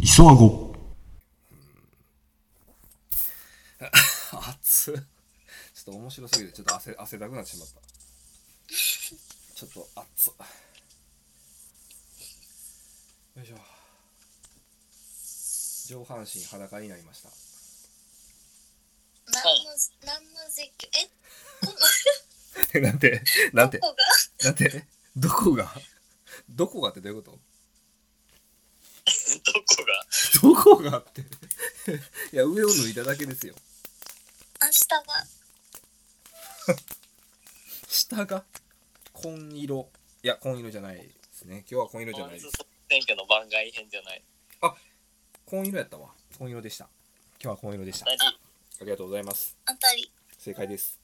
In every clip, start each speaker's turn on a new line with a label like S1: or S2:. S1: 磯アゴ。
S2: 熱っちょっと面白すぎてちょっと汗汗だくなってしまったちょっと熱っよいしょ上半身裸になりました
S3: 何の、何の絶叫、え、
S2: え なんてなんて
S3: どこが
S2: なんてどこがどこがってどういうこ
S4: どこが
S2: とどこがって いや上を脱いだだけですよ
S3: 明日が、
S2: 下が紺色いや紺色じゃないですね今日は紺色じゃない
S4: 本
S2: です
S4: 日選挙の番外編じゃない。
S2: 紺色やったわ紺色でした今日は紺色でした
S4: 何
S2: ありがとうございます
S3: あたり、
S2: 正解です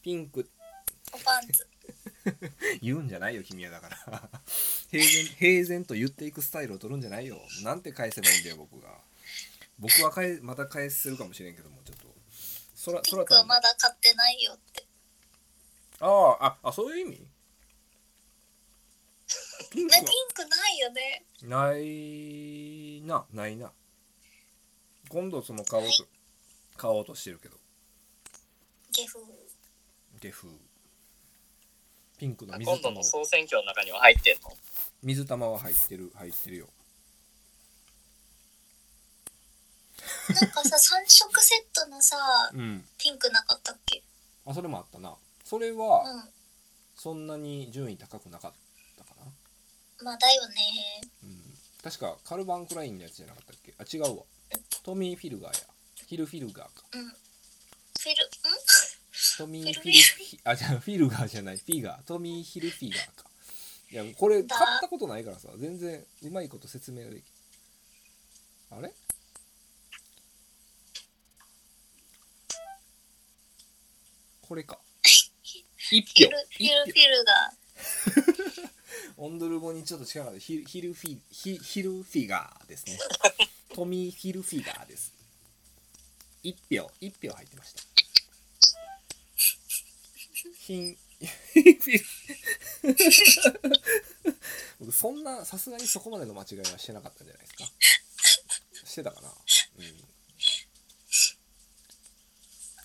S2: ピンク
S3: おパンツ。
S2: 言うんじゃないよ君はだから 平然平然と言っていくスタイルを取るんじゃないよなんて返せばいいんだよ僕が僕は返また返するかもしれんけどもちょっとそら
S3: ピ
S2: そ
S3: ン
S2: ら
S3: クは
S2: たん
S3: ま
S2: あ
S3: だ買ってないよって。
S2: あああそういう意 味ピンク
S3: ね、
S2: は
S3: ピンクないよね。
S2: ないなないな今度その買おうと買おうとしてるけど
S3: ゲフ。
S2: デフピンクの水
S4: 今度
S2: 玉を
S4: の総選挙の中には入ってんの
S2: 水玉は入ってる入ってるよ
S3: なんかさ、三色セットのさ、
S2: うん
S3: ピンクなかったっけ
S2: あそれもあったなそれ
S3: う
S2: は
S3: ん。
S2: そんなに順位高くなかったかな
S3: まあだよね。
S2: うん確かカルバンクラインのやつじゃなかったっけあ違うわトミー・フィルガーやヒル・フィルガーか
S3: うん。フィル、ん
S2: トミー・
S3: フ
S2: フィ
S3: ィル
S2: ルあじゃあフィルガーじゃないフィガートミー・ヒル・フィガーかいやこれ買ったことないからさ全然うまいこと説明ができあれこれか一
S3: フィ
S2: 票
S3: ル、フ
S2: 一
S3: ィル、
S2: 票
S3: フィルが。
S2: オンドル語にちょっと近かったヒルヒルフィヒヒルフィガーですね。トミー・ヒルフィガーです。一票、一票入ってました。ヒン、ヒルフィ僕そんな、さすがにそこまでの間違いはしてなかったんじゃないですか。してたかな。うん。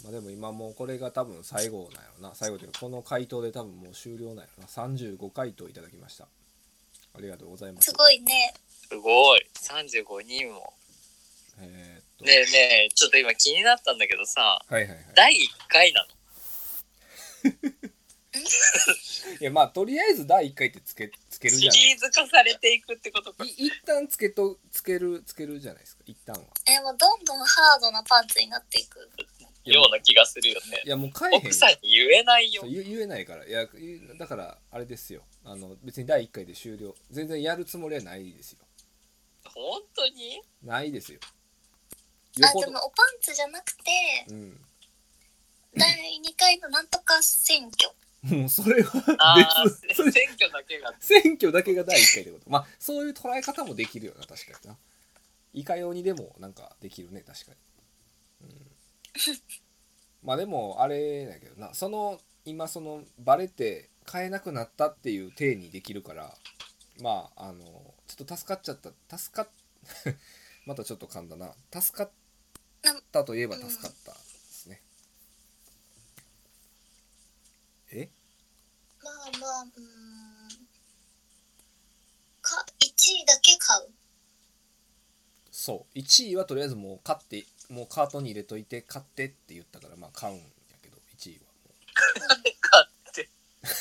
S2: まあでも今もうこれが多分最後なんやろな。最後というか、この回答で多分もう終了なんやろな。35回答いただきました。ありがとうございますす。
S3: ごいね。
S4: すごい。35人も。
S2: えーっと、
S4: ねえねえ、ちょっと今気になったんだけどさ、
S2: はいはいはい。
S4: 第1回なの
S2: いやまあとりあえず第1回ってつけつける
S4: シ
S2: じ
S4: リ
S2: ゃない
S4: ーズ化されていくってことか。
S2: い一旦つけとつけるつけるじゃないですか一旦は
S3: え、もうどんどんハードなパンツになっていく。
S4: ような気がするよね
S2: い。やもう変えへん
S4: 奥さんに言えないよ
S2: そう。言言えないからいや言うだからあれですよあの別に第1回で終了全然やるつもりはないですよ
S4: 本当に
S2: ないですよよ
S3: あ、
S2: ほ
S3: で
S2: ど
S3: もおパンツじゃなくて、
S2: うん
S3: 第2回のなんとか選挙。
S2: もうそれ
S4: ああ
S2: は、 別そ
S4: 選
S2: れ
S4: 挙だけが。
S2: 選挙だけが第1回ってことまあそういう捉え方もできるよな確かにないかようにでもなんかできるね確かに、うん、まあでもあれだけどなその今そのバレて買えなくなったっていう体にできるからまああのちょっと助かっちゃった助かっ またちょっと噛んだな助かったといえば助かったですね、え
S3: まあまあ、うーん。か、1位だけ買う。
S2: そう1位はとりあえずもう買ってもうカートに入れといて買ってって言ったからまあ買うんやけど1位は
S4: 勝って。
S2: も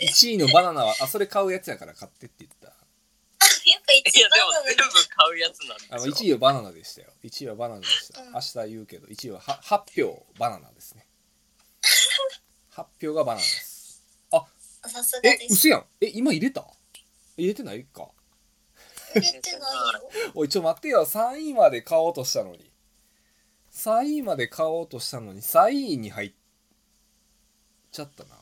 S2: う1位のバナナはあそれ買うやつやから買ってって言っ
S3: あ、 やっぱ1
S4: い
S3: 位
S4: や、
S3: バ
S4: でも全
S3: ナナ
S4: 部買うやつなん
S2: たあの
S4: だよ。
S2: 1位はバナナでしたよ1位はバナナでした
S3: うん
S2: 明日言うけど1位はは8票バナナです ね8票がバナナです
S3: さすが
S2: え
S3: です。
S2: 嘘やんえ今入れた入れてないか
S3: 言ってないよ。
S2: おいちょ待ってよ3位まで買おうとしたのに3位まで買おうとしたのに3位に入っちゃったな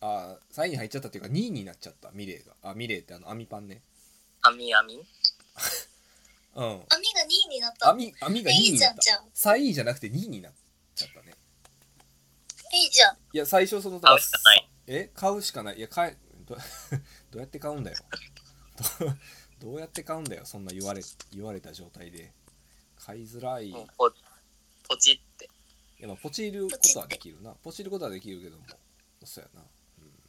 S2: あー3位に入っちゃったっていうか2位になっちゃったミレイがあミレイってあの網パンね
S4: 網網
S2: うん
S3: 網が2位になった。
S2: 網網が
S3: え
S2: 2
S3: い
S2: 位
S3: い
S2: に
S3: じ
S2: な
S3: ゃ
S2: っ
S3: ん、じゃん。
S2: た3位じゃなくて2位になっちゃったね
S3: いいじゃん。
S2: いや最初その
S4: 買うしかない
S2: え買うしかないいや買えどどうやって買うんだよどどうやって買うんだよそんな言われ言われた状態で買いづらい、
S4: もうポポチって
S2: いやまあポチることはできるなポチることはできるけどもそうやな、うん、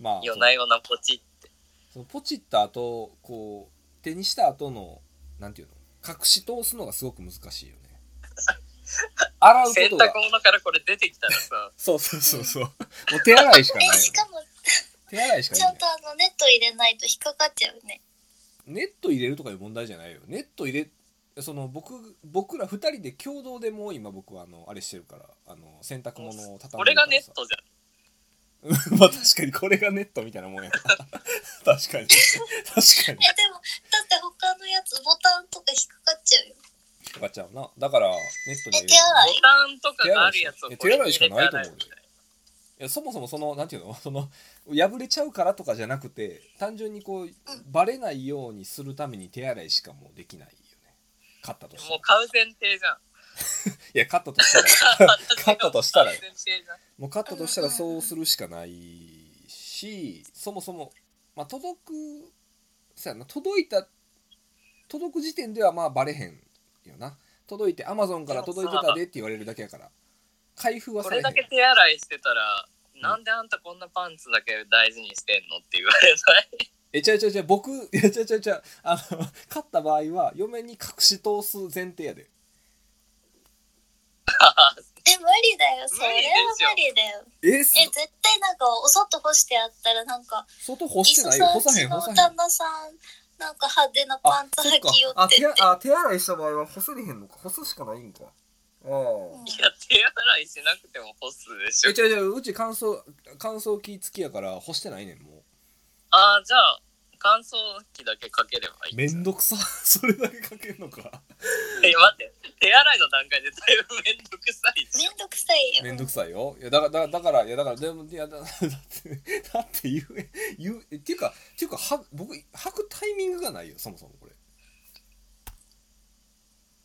S2: まあ
S4: 夜な夜なポチって
S2: そのポチった後こう手にした後のなんていうの隠し通すのがすごく難しいよね洗う
S4: 洗
S2: こと
S4: 濯
S2: が
S4: 物からこれ出てきたらさ
S2: そうそうそうそうもう手洗いしかないよ
S3: え、しかも、
S2: 手洗いしか
S3: ちゃ
S2: なんい
S3: とあの、ネット入れないと引っかかっちゃうね。
S2: ネット入れるとかいう問題じゃないよネット入れその僕僕ら2人で共同でもう今僕はあのあれしてるからあの洗濯物を畳
S4: こ
S2: んで
S4: れ
S2: るから
S4: がネ
S2: さ
S4: ットじゃ ん
S2: まあ確かにこれがネットみたいなもんやから 確かに確かに
S3: え、でも、だって他のやつ、ボタンとか引っかかっちゃうよ。
S2: かかっちゃうなだからネットに入れ
S3: え手洗
S4: ボ
S3: い
S4: タンとかがあるやつをこれに入れて洗うみたい
S2: いやそもそもそのなんていうの その破れちゃうからとかじゃなくて単純にこうバレないようにするために手洗いしかもうできないよね勝ったとした
S4: も
S2: ら
S4: う買う前提じゃん
S2: いや勝ったとしたら買ったとしたら
S4: 買う前提じゃん
S2: もう勝ったとしたらそうするしかないしそもそも、まあ、届くそうやな届いた届く時点ではまあバレへんよな届いてアマゾンから届いてたでって言われるだけやから開封は
S4: こ
S2: されへ
S4: れ
S2: ん
S4: だけ手洗いしてたら、なんであんたこんなパンツだけ大事にしてんのって言われない。
S2: えちゃうちゃうちゃう僕 いやちゃうちゃうちゃうあの勝った場合は嫁に隠し通す前提やで
S3: え、無理だよ。それは無理だよ。
S2: え
S3: え、絶対なんか、お外干してあったら、なんか、
S2: 外干
S3: い
S2: して
S3: そ
S2: ないよ
S3: さん
S2: 干さへ
S3: ち
S2: ん干
S3: の
S2: さへん
S3: 旦那さん、なんか派手なパンツ
S2: そっ
S3: 履
S2: か
S3: きよ
S2: あ
S3: って
S2: 手
S3: て。
S2: あ手洗いした場合は干せれへんのか干すしかないんかああ
S4: いや、手洗いしなくても干すでしょ
S2: え。ちゃうちゃううち乾燥乾燥機付きやから干してないねんも
S4: ああ、じゃあ、乾燥機だけかければいい。
S2: うめんどくさ それだけかけるのか
S4: え、待って、手洗いの段階でだいぶめんどくさ い
S3: め
S4: しょ。
S3: んどくさい よ。
S2: めんどくさいよいやだからだだからいやだからでもいやだだ ってだって言う言うえっていうかっていうかは僕履くタイミングがないよそもそもこれ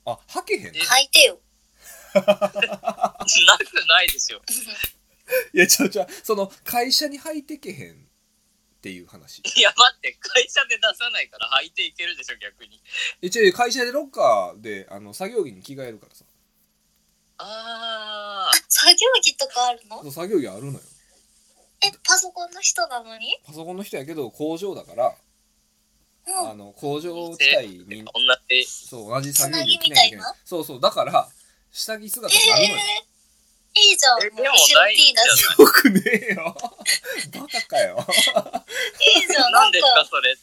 S2: あ履けへんの
S4: え
S3: 履いてよ。
S4: なくないでしょ。
S2: いやちゃうちゃうその会社に履いてけへんっていう話
S4: いや、待って、会社で出さないから履いていけるでしょ、逆に。
S2: えちゃう会社でロッカーであの作業着に着替えるからさ
S4: あ
S3: あ、
S4: あ
S3: 作業着とかあるの
S2: そう作業着あるのよ
S3: え、パソコンの人なのに
S2: パソコンの人やけど工場だから
S3: う
S2: あ
S3: ん。
S2: の工場地帯に
S4: 同じ。
S2: そう同じ作業着を着なきゃいけ
S3: つなぎみたい
S2: ない
S3: な
S2: そうそうだから下着姿になるのよ、
S3: えー、いいじゃん。
S4: え
S3: もう
S4: でも
S3: 後ろ T だし。
S2: よくねえよバカか よ
S3: いいじゃん。な
S4: なん
S3: か
S4: んです、か、それ。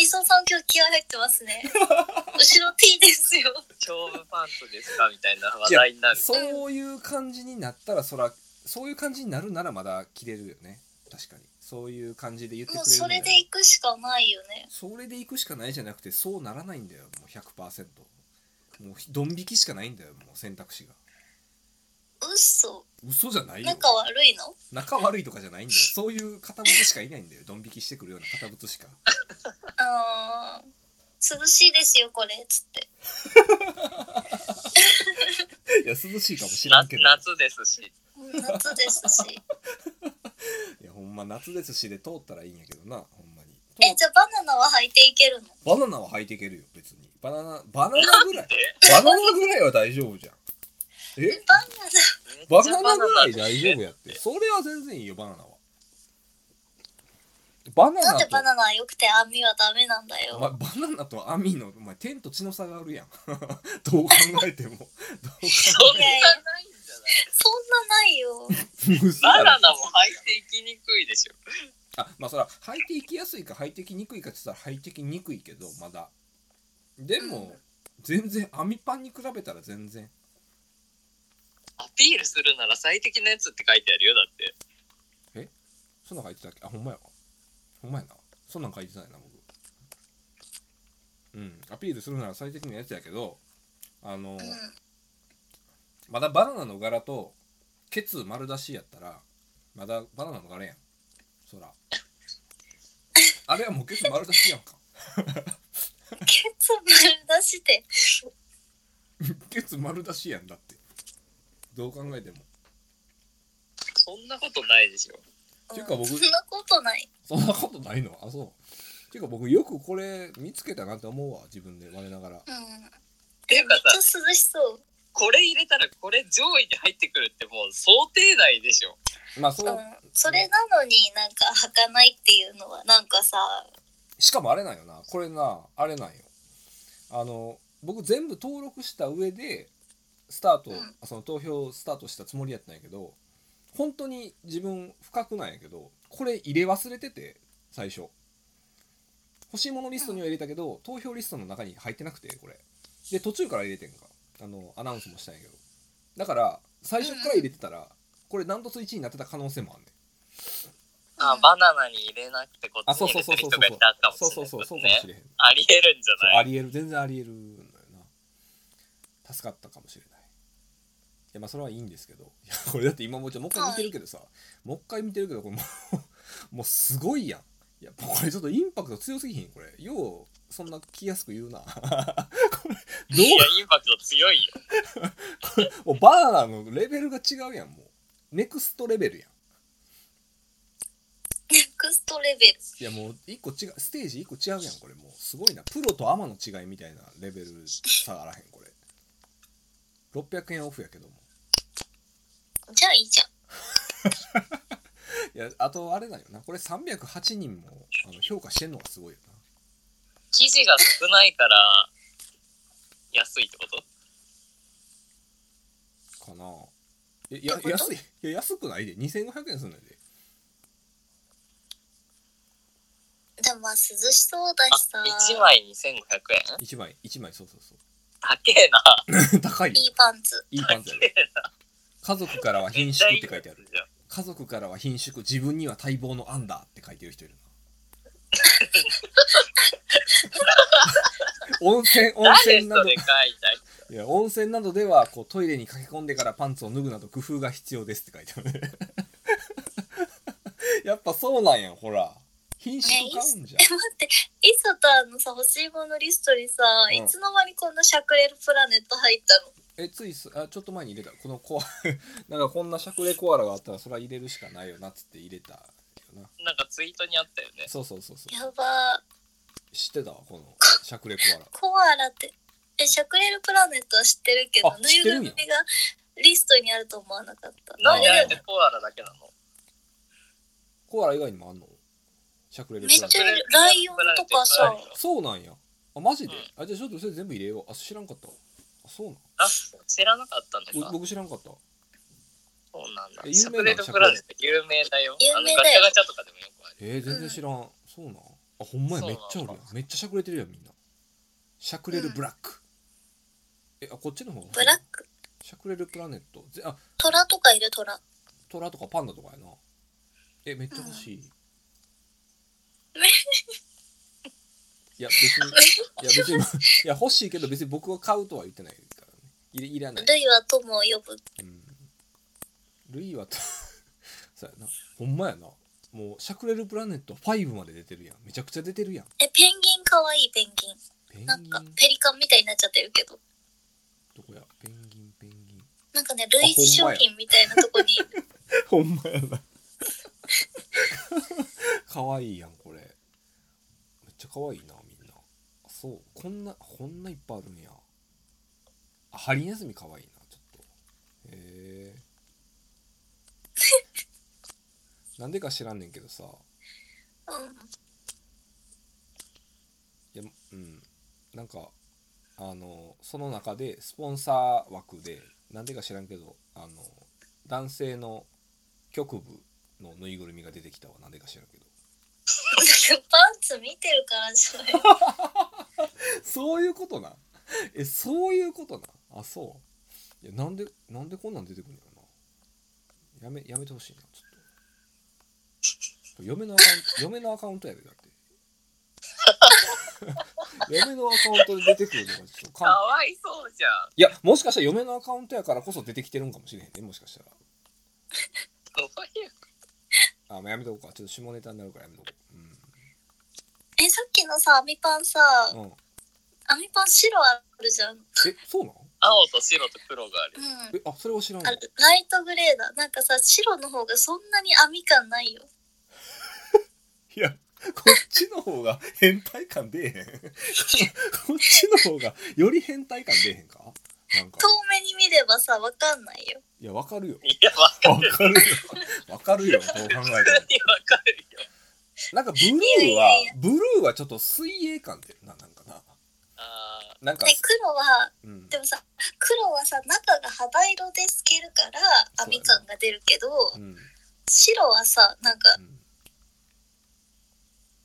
S3: 磯さん今日気合入ってますね。後ろ T ですよ。
S4: 勝負パンツですかみたいな話題になる。
S2: そういう感じになったらそらそういう感じになるならまだ着れるよね確かにそういう感じで言ってくれ
S3: もう
S2: る
S3: そ
S2: んだ
S3: れ
S2: よ
S3: で行くしかないよね。
S2: それで行くしかないじゃなくてそうならないんだよもう100%もうドン引きしかないんだよもう選択肢が
S3: 嘘。
S2: 嘘じゃないよ
S3: 仲悪いの
S2: 仲悪いとかじゃないんだよそういう堅物しかいないんだよドン引きしてくるような堅物しか
S3: あー、涼しいですよ、これ。つって。
S2: いや涼しいかもしれん
S4: 夏
S2: けど
S4: 夏ですし。
S3: うん夏ですし。
S2: いやほんま夏ですしで通ったらいいんやけどなほんまに
S3: え、じゃあバナナは履いていけるの
S2: バナナは履いていけるよ別にバナナバナナぐらい
S4: え
S2: バナナぐらいは大丈夫じゃん
S3: え
S2: え
S3: バナナ。
S2: バナナぐらい大丈夫やってそれは全然いいよバナナはバナ
S3: な
S2: ナ
S3: んで
S2: と
S3: バナナは良くて網はダメなんだ
S2: お
S3: よ。
S2: 前バナナと網のお前天と地の差があるやん どう考えてもどう考
S4: そんなないんじゃ
S3: そんなないよ。
S2: えても嘘
S4: ないバ
S2: やろ
S4: ナナも履いていきにくいでしょ。
S2: あまあそら履いていきやすいか履いていきにくいかって言ったら履いていきにくいけどまだでも全然網パンに比べたら全然
S4: アピールするなら最適なやつって書いてあるよ、だって。
S2: そんなん書いてたっけあほんまやほんまやなそんなん書いてないな僕うんアピールするなら最適なやつやけどあの
S3: うん。
S2: まだバナナの柄とケツ丸出しやったらまだバナナの柄やんそ らあれはもうケツ丸出しやんか
S3: ケツ丸出して。
S2: ケツ丸出しやんだってどう考えても
S4: そんなことないでしょ。
S2: ていうか僕
S3: そんなことない。
S2: そんなことないのあそうていうか僕よくこれ見つけたなって思うわ自分で我ながら
S3: うん。
S4: ていうかさ
S3: めっちゃ涼しそう。。
S4: これ入れたらこれ上位に入ってくるってもう想定内でしょ
S2: まあそううん
S3: それなのになんか履かないっていうのはなんかさ、
S2: しかもあれなんよなこれなあれなんよあの僕全部登録した上でスタート、
S3: うん
S2: その投票スタートしたつもりやったんやけど本当に自分深くなんやけどこれ入れ忘れてて最初欲しいものリストには入れたけど、投票リストの中に入ってなくてこれで途中から入れてんかあのアナウンスもしたんやけどだから最初から入れてたら、これダントツ1位になってた可能性もあんねん
S4: あバナナに入れなくてこ
S2: あ
S4: っち
S2: そう
S4: に
S2: そう
S4: 入れ
S2: そう
S4: てる
S2: そう
S4: 人がいたかもしれ
S2: そう
S4: ない
S2: そうそうそうかも
S4: ね
S2: しれへん
S4: ありえるんじゃ
S2: そう
S4: な
S2: あ
S4: い
S2: りえる全然ありえるんだよな助かったかもしれないいやまあそれはいいんですけどいやこれだって今もうちょもう一回見てるけどさ、もう一回見てるけどこれもうもうすごいやんいやこれちょっとインパクト強すぎひんこれようそんな来やすく言うなこれど
S4: いやインパクト強いよ
S2: うもうバナナのレベルが違うやんもうネクストレベルやん
S3: ネクストレベル。
S2: いやもう一個違うステージ一個違うやんこれもうすごいなプロとアマの違いみたいなレベル差あらへんこれ600円オフやけども
S3: じゃあいいじゃん。
S2: いやあとあれだよなこれ308人もあの評価してんのがすごいよな
S4: 記事が少ないから安いってこと
S2: かなえいや
S3: どういうこと
S2: 安いいや安くないで2500円すんのやで
S3: でもまあ涼しそうだ
S4: あ
S3: しさ、
S4: 1枚2500円
S2: 1枚1枚そうそうそ
S4: 高 えな
S2: う高いよ
S3: いいパンツ。
S2: いいパンツや
S4: 高
S2: で
S4: えな
S2: 家族からは
S4: め
S2: 貧
S4: っちゃ
S2: 縮
S4: い
S2: っ
S4: い
S2: て書いてあ
S4: や
S2: る
S4: つじゃん
S2: 家族からは貧縮自分には待望のアンダーって書いてる人い るな温泉温
S4: 誰
S2: 泉
S4: そ
S2: など
S4: れ書いた人
S2: いや温泉などではこうトイレに駆け込んでからパンツを脱ぐなど工夫が必要ですって書いてある ねやっぱそうなんやほら品種買うんじゃん、
S3: 待って、イサとあのさ、欲しいものリストにさ、
S2: うん
S3: いつの間にこんなシャクレルプラネット入ったの
S2: えついすあちょっと前に入れたこのコア なんかこんなしゃくれコアラがあったらそれは入れるしかないよなっつって入れたよな
S4: なんかツイートにあったよね
S2: そうそうそうそ
S3: や
S2: う
S3: ば
S2: 知ってたこのしゃくれコアラ
S3: コアラって。え、シャクレルプラネットは知ってるけど
S2: あ、
S3: ぬいぐるみ
S2: 知っ
S3: がリストにあると思わなかった。
S4: なんで
S2: あー
S4: なんでコアラだけなの
S2: コアラ以外にもあんのしゃくれる
S3: めっちゃいるライオンとかさ、
S2: そうなんやあマジで、
S4: うん
S2: あじゃあちょっとそれ全部入れようあ知らんかったわあそうなん
S4: あ知らなかったんだ
S2: 僕
S4: か
S2: 僕知らんかった
S4: そうなんだ
S2: え
S4: シ
S2: 有
S4: ャ
S2: 名な
S4: クレ
S2: の
S4: ルプラネット有名だよ
S3: 有
S4: あの
S3: 名だよ
S4: ガチャガチャとかでもよくある
S2: えー、全然知らん、そうなんあほんまや
S4: そう
S2: め
S4: な
S2: っ
S4: ん
S2: ちゃおるやんめっちゃしゃくれてるやんみんなしゃくれるブラック、えあこっちの方
S3: ブラック、
S2: しゃくれるプラネットぜあ
S3: トラとかいるトラ。
S2: トラとかパンダとかやなえめっちゃ欲しい、いや別にいや別にいや欲しいけど別に僕は買うとは言ってないからねいれいらない
S3: ルイは友を呼ぶ。
S2: うんルイはと そうやなほんまやなもうしゃくれるプラネット5まで出てるやんめちゃくちゃ出てるやん
S3: え、ペンギンかわいいペンギン。
S2: ペンギン
S3: なんかペリカンみたいになっちゃってるけど。
S2: どこやペンギンペンギン
S3: なんかね、類似商品みたいなとこに。
S2: ほんまや なかわいいやんこれめっちゃかわいいなみんなあそうこんなこんないっぱいあるんやあハリネズミかわいいなちょっと へえなんでか知らんねんけどさ
S3: うん。
S2: いやうんなんかあのその中でスポンサー枠でなんでか知らんけどあの男性の局部のぬいぐるみが出てきたわなんでか知らんけど
S3: パンツ見てるからじゃない
S2: そういうことなん えそういうことなんあそういやなんでなんでこんなん出てくるんやろなやめやめてほしいなちょっと嫁のアカウント嫁のアカウントやでだ って嫁のアカウントで出てくるのがちょっと
S4: か
S2: 勘弁
S4: わいそうじゃん
S2: いや、もしかしたら嫁のアカウントやからこそ出てきてるんかもしれへんね、もしかした
S4: どういう
S2: ら。あ、まあ、やめとこうか。ちょっと下ネタになるからやめとこう。
S3: えさっきのさアミパンさ
S2: うん。うん、
S3: アミパン白あるじゃんうん
S2: え、そうなの
S4: 青と白と黒がある
S2: え、あ、それは知らん
S3: あ
S2: わ。
S3: ライトグレーだなんかさ白の方がそんなに網感ないよ
S2: いや、こっちの方が変態感出えへんこっちの方がより変態感出えへんかなんか
S3: 遠目に見ればさ、わかんないよ。
S2: いやわかるよ
S4: いや、わ
S2: わかるよわかるよどう考えても
S4: 普通にわかるよ。
S2: なんかブルー
S3: い
S2: は
S3: やいやいや
S2: ブルーはちょっと水泳感出るななんかな
S4: ああ、
S2: なんか
S3: で、、黒は、
S2: うん、
S3: でもさ、黒はさ、中が肌色で透けるから、網感が出るけど、
S2: うん
S3: 白はさ、なんか
S2: う、ん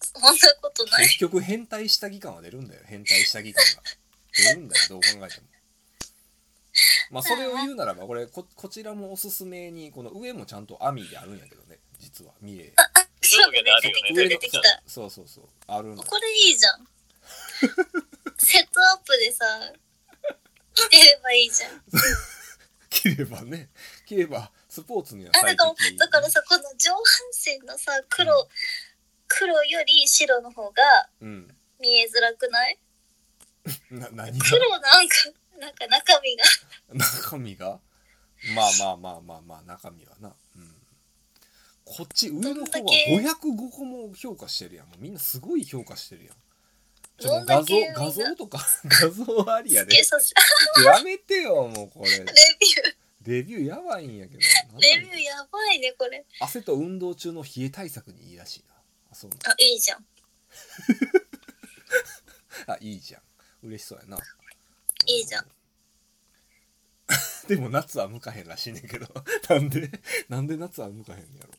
S3: そんなことない。
S2: 結局変態下着感は出るんだよ変態下着感が出るんだよどう考えてもまあそれを言うならばこれここちらもおすすめにこの上もちゃんと網であるんやけどね実は三重
S3: そうね、
S4: 上下である
S3: 出
S4: よ
S3: て
S4: ね
S3: き
S2: 上
S3: た、
S2: の
S3: 出てきた。
S2: そうそうそうあるんだよ
S3: これいいじゃ ん。セットアップでさ、着てればいいじゃん。
S2: 切ればね切ればスポーツには
S3: あだ
S2: 最
S3: から
S2: 適
S3: だからさこの上半身のさ黒、
S2: う
S3: 黒より白の方が
S2: うん
S3: 見えづらくない
S2: な何が
S3: 黒なんかなんか中身が
S2: 中身がまあまあまあまあまあ中身はな、うん、こっち上の方は505個も評価してるやんもうみんなすごい評価してるやんちょっと画像
S3: どんだけ
S2: 画像とか 画像ありや
S3: つ
S2: で
S3: けさせ
S2: やめてよもうこれ
S3: レビ
S2: レビューやばいんやけどなん
S3: ューレ
S2: なん
S3: ビューやばいねこれ
S2: 汗と運動中の冷え対策にいいらしいなあそう
S3: あいいじゃん
S2: なんあいいじゃん嬉しそうやない
S3: いじゃん
S2: でも夏は向かへんらしいねんけど なんでなんで夏は向かへんのやろ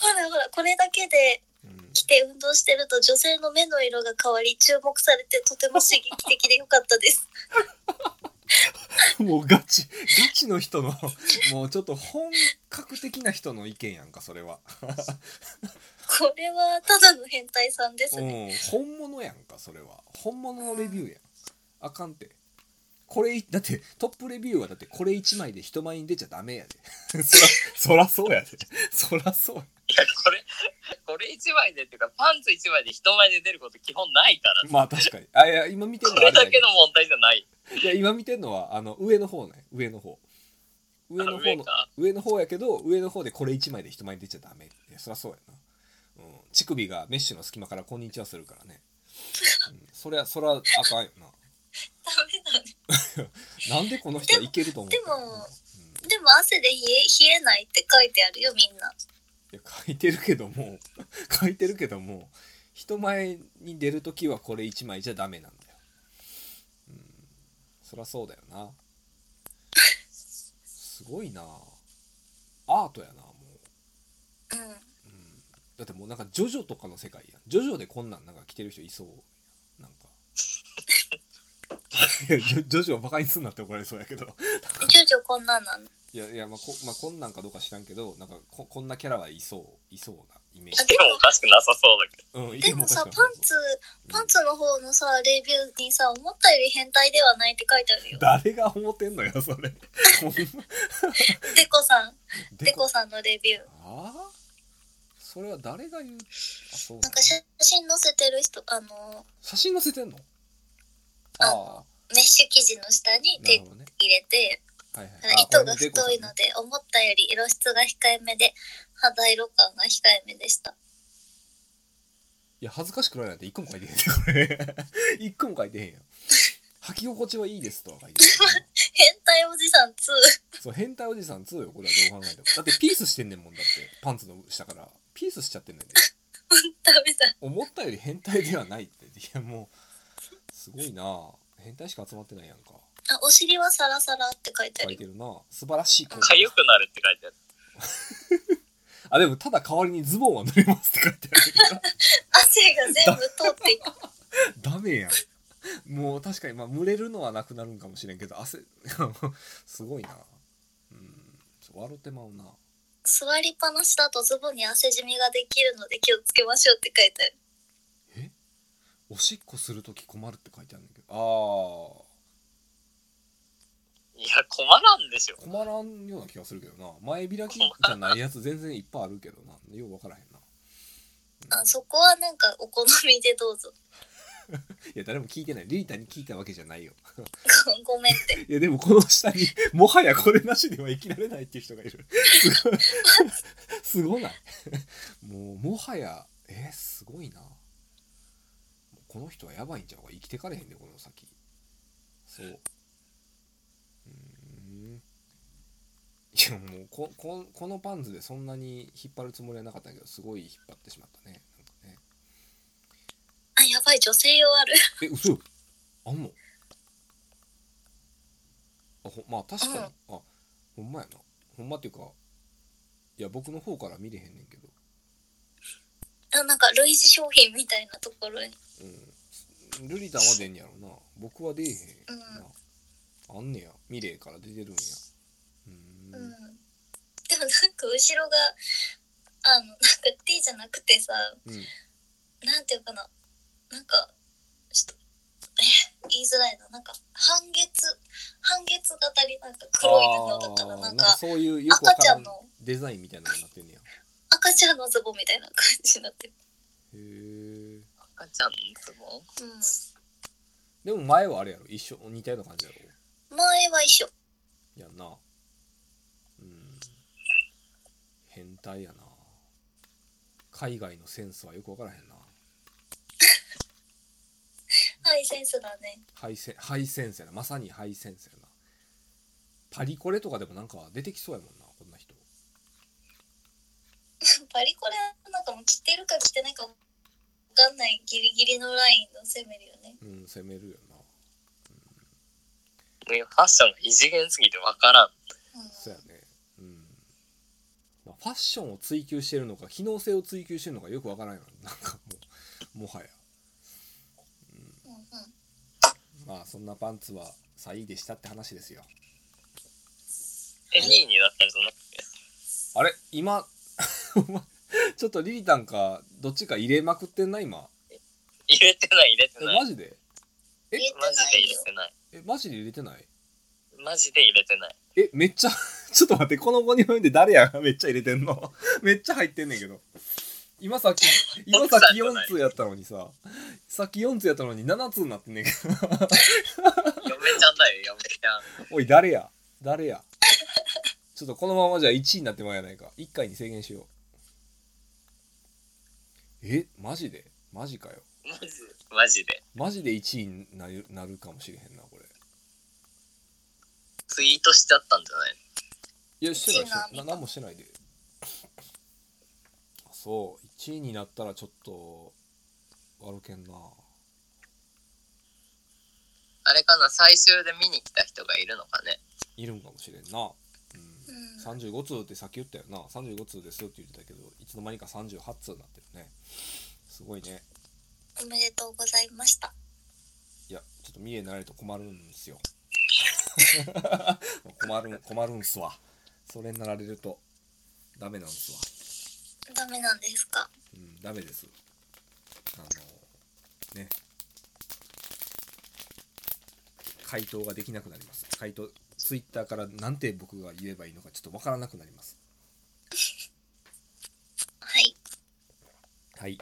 S3: ほらほらこれだけで
S2: うん
S3: 着て運動してると女性の目の色が変わり注目されてとても刺激的で良かったです
S2: もうガチガチの人のもうちょっと本格的な人の意見やんかそれは
S3: これはただの変態さんです
S2: う
S3: ね
S2: ん本物やんかそれは本物のレビューやんあかんてこれだってトップレビューはだってこれ1枚で人前に出ちゃダメやで そらそらそうやでそらそうや
S4: いや、 これ、これ一枚でっていうか、パンツ一枚で人前で出ること基本ないから。
S2: まあ確かにあいや今見てる
S4: こ
S2: のはあれ
S4: れ
S2: だ
S4: だ
S2: け
S4: け
S2: ど
S4: の問題じゃない。
S2: いや今見てるのはあの上の方ね上の方上の方
S4: 上
S2: の
S4: か
S2: 上の方やけど上の方でこれ1枚で人前に出ちゃダメいやそりゃそうやな、うん、乳首がメッシュの隙間から「こんにちは」するからね、うん、そりゃそりゃあかんよ
S3: ダメだね
S2: ななんでこの人はいけると思う
S3: でもでも汗で冷え冷えないって書いてあるよみんな
S2: うん、いや書いてるけども 書いてるけども人前に出るときはこれ1枚じゃダメなんだよ、うん、そりゃそうだよなすごいなアートやなもう
S3: うん
S2: うんだってもうなんかジョジョとかの世界やんジョジョでこんなんなんか着てる人いそうなんか いやジョジョジョをバカにすんなって怒られそうやけど
S3: ジョジョこんなんなの。
S2: いやいや、まあ、こまあこんなんかどうか知らんけどなんかここんなキャラはいそういそうなイメー
S3: あ
S2: ジ
S4: でもおかしくなさそうだけど。
S2: うんいて
S3: でもさ、
S2: おかしく
S3: パ
S2: ない
S3: ンツ、パンツの方のさ、レビューにさ、思ったより変態ではないって書いてあるよ。
S2: 誰が思ってんのよそ れほんま
S3: デコさん、デ
S2: で
S3: コさんのレビュー。
S2: ああそれは誰が言うあそうな
S3: なん
S2: の
S3: か写真載せてる人、あの、
S2: 写真載せてんの
S3: あ
S2: あ
S3: メッシュ生地の下に
S2: あな
S3: 手
S2: るほどね
S3: 入れて、
S2: はいはいあ
S3: あの
S2: これ
S3: 糸が
S2: デコ
S3: 太い
S2: さん
S3: の
S2: ね
S3: で、思ったより色質が控えめで、肌色感が控えめでした。
S2: いや、恥ずかしくないなんて一個も書いてへんよ、これ。 一個も書いてへんやん。履き心地はいいですとは書 いてへ
S3: 変態おじさん2。
S2: ん。そう、変態おじさん2よ、これはどう考えても。だってピースしてんねんもんだって、パンツの下から。ピースしちゃってんねんで。
S3: ダメだ。
S2: 思ったより変態ではないって。い や、もう、すごいなあ変態しか集まってないやんか。
S3: あ、お尻はサラサラって書いてあ
S2: 書
S3: る
S2: い
S3: よ。
S2: てるな素晴らしいコン
S4: かゆくなるって書いてある。
S2: あ、でも、ただ代わりにズボンは濡れますって書いてあるか
S3: 汗が全部通ってい く。
S2: ら。ダメやん。もう確かに、まあ、蒸れるのはなくなるんかもしれんけど、汗、 すごいなうん、笑ってまうな
S3: 座りっぱなしだとズボンに汗じみができるので気をつけましょうって書いてある
S2: おしっこするとき困るって書いてあるんだけどあ
S4: いや、困らんでしょ。
S2: ー困らんような気がするけどな前開きじゃないやつ全然いっぱいあるけどなよう分からへんな
S3: あそこはなんかお好みでどうぞ
S2: いや誰も聞いてないリリタに聞いたわけじゃないよ
S3: ごめんって
S2: いやでもこの下にもはやこれなしでは生きられないっていう人がいるすごいすごないもうもはやえーすごいなこの人はやばいんちゃうか生きてかれへんでこの先そううーんいやもうこここのパンツでそんなに引っ張るつもりはなかったんやけどすごい引っ張ってしまったねなんかね
S3: あ、やばい、女性用ある。
S2: え嘘あんのあほまあ確かに、あほんまやなほんまっていうかいや僕の方から見れへんねんけど
S3: あなんか類似商品みたいなところに。
S2: うん、ルリタンは出んねやろな僕は出えへんな、あんねやミレーから出てるんやうー
S3: う
S2: ん
S3: ん。でもなんか後ろが、あの、なんか T じゃなくてさ、
S2: うん、
S3: なんていうかな、なんか、ちょっと、え、言いづらいな、なんか、半月、半月がたりなんか黒い布だから、
S2: あー
S3: なん
S2: なんか
S3: か、
S2: そういうよくわ
S3: 赤
S2: か
S3: ちゃ
S2: ら
S3: ん
S2: ん
S3: の、
S2: デザインみたいなのになってんねや
S3: 赤ちゃんのズボンみたいな感じになってる。
S2: へえ
S4: 赤ちゃんのズボン
S3: うん。
S2: でも前はあれやろ一緒似たような感じやろ
S3: 前は一緒。
S2: やんなうん変態やな海外のセンスはよくわからへんな
S3: はい、センスだね。
S2: ハイセンハイセンスやなまさにハイセンスやなパリコレとかでもなんか出てきそうやもんなこんな人
S3: パリコレはなんかもう着てるか着てないかわかんないギリギリのラインの攻めるよね。
S2: うん攻めるよな
S4: もうファッションが異次元すぎてわからん
S3: うん、
S2: そうやねうん、まあ、ファッションを追求してるのか機能性を追求してるのかよくわからんよなんかもうもはや
S3: うんうん。
S2: まあそんなパンツはサイでしたって話ですよ
S4: え2位になったりそんな
S2: あれ今 お前ちょっとリリタンかどっちか入れまくってんな今
S4: 入れてない入れて
S2: え
S4: ないマ
S2: マ
S4: ジ
S2: ジでえ
S3: 言えてな
S4: で
S3: い
S4: 入れ
S3: よ。
S4: てない
S2: えマジで入れてない
S4: マジで入れてない
S2: えめっちゃ ちょっと待ってこの5人読んで誰やが めっちゃ入れてんの めっちゃ入ってんねんけど今さっき今さっき4通やったのにささっき4通やったのに7通になってんねんけど
S4: 嫁ちゃんだよ嫁ちゃん
S2: おい誰や誰やちょっとこのままじゃ1位になってまうやないか1回に制限しようえマジでマジかよ
S4: マジマジで
S2: マジで1位になるなるかもしれへんなこれ
S4: ツイートしちゃったんじゃない
S2: いやしてない
S3: 1位
S2: してな
S3: ない
S2: な何もしてないであそう1位になったらちょっと悪けんな
S4: あれかな最終で見に来た人がいるのかね
S2: いるんかもしれんな、うん
S3: うん
S2: 35通ってさっき言ったよな35通ですって言ってたけどいつの間にか38通になってるねすごいね
S3: おめでとうございました。
S2: いや、ちょっと見えになれると困るんですよ。 困るん、困るんすわ。それになられると、ダメなんすわ。
S3: ダメなんですか。
S2: うん、ダメです。あの、ね。回答ができなくなります。回答、ツイッターからなんて僕が言えばいいのかちょっとわからなくなります。
S3: はい。
S2: はい。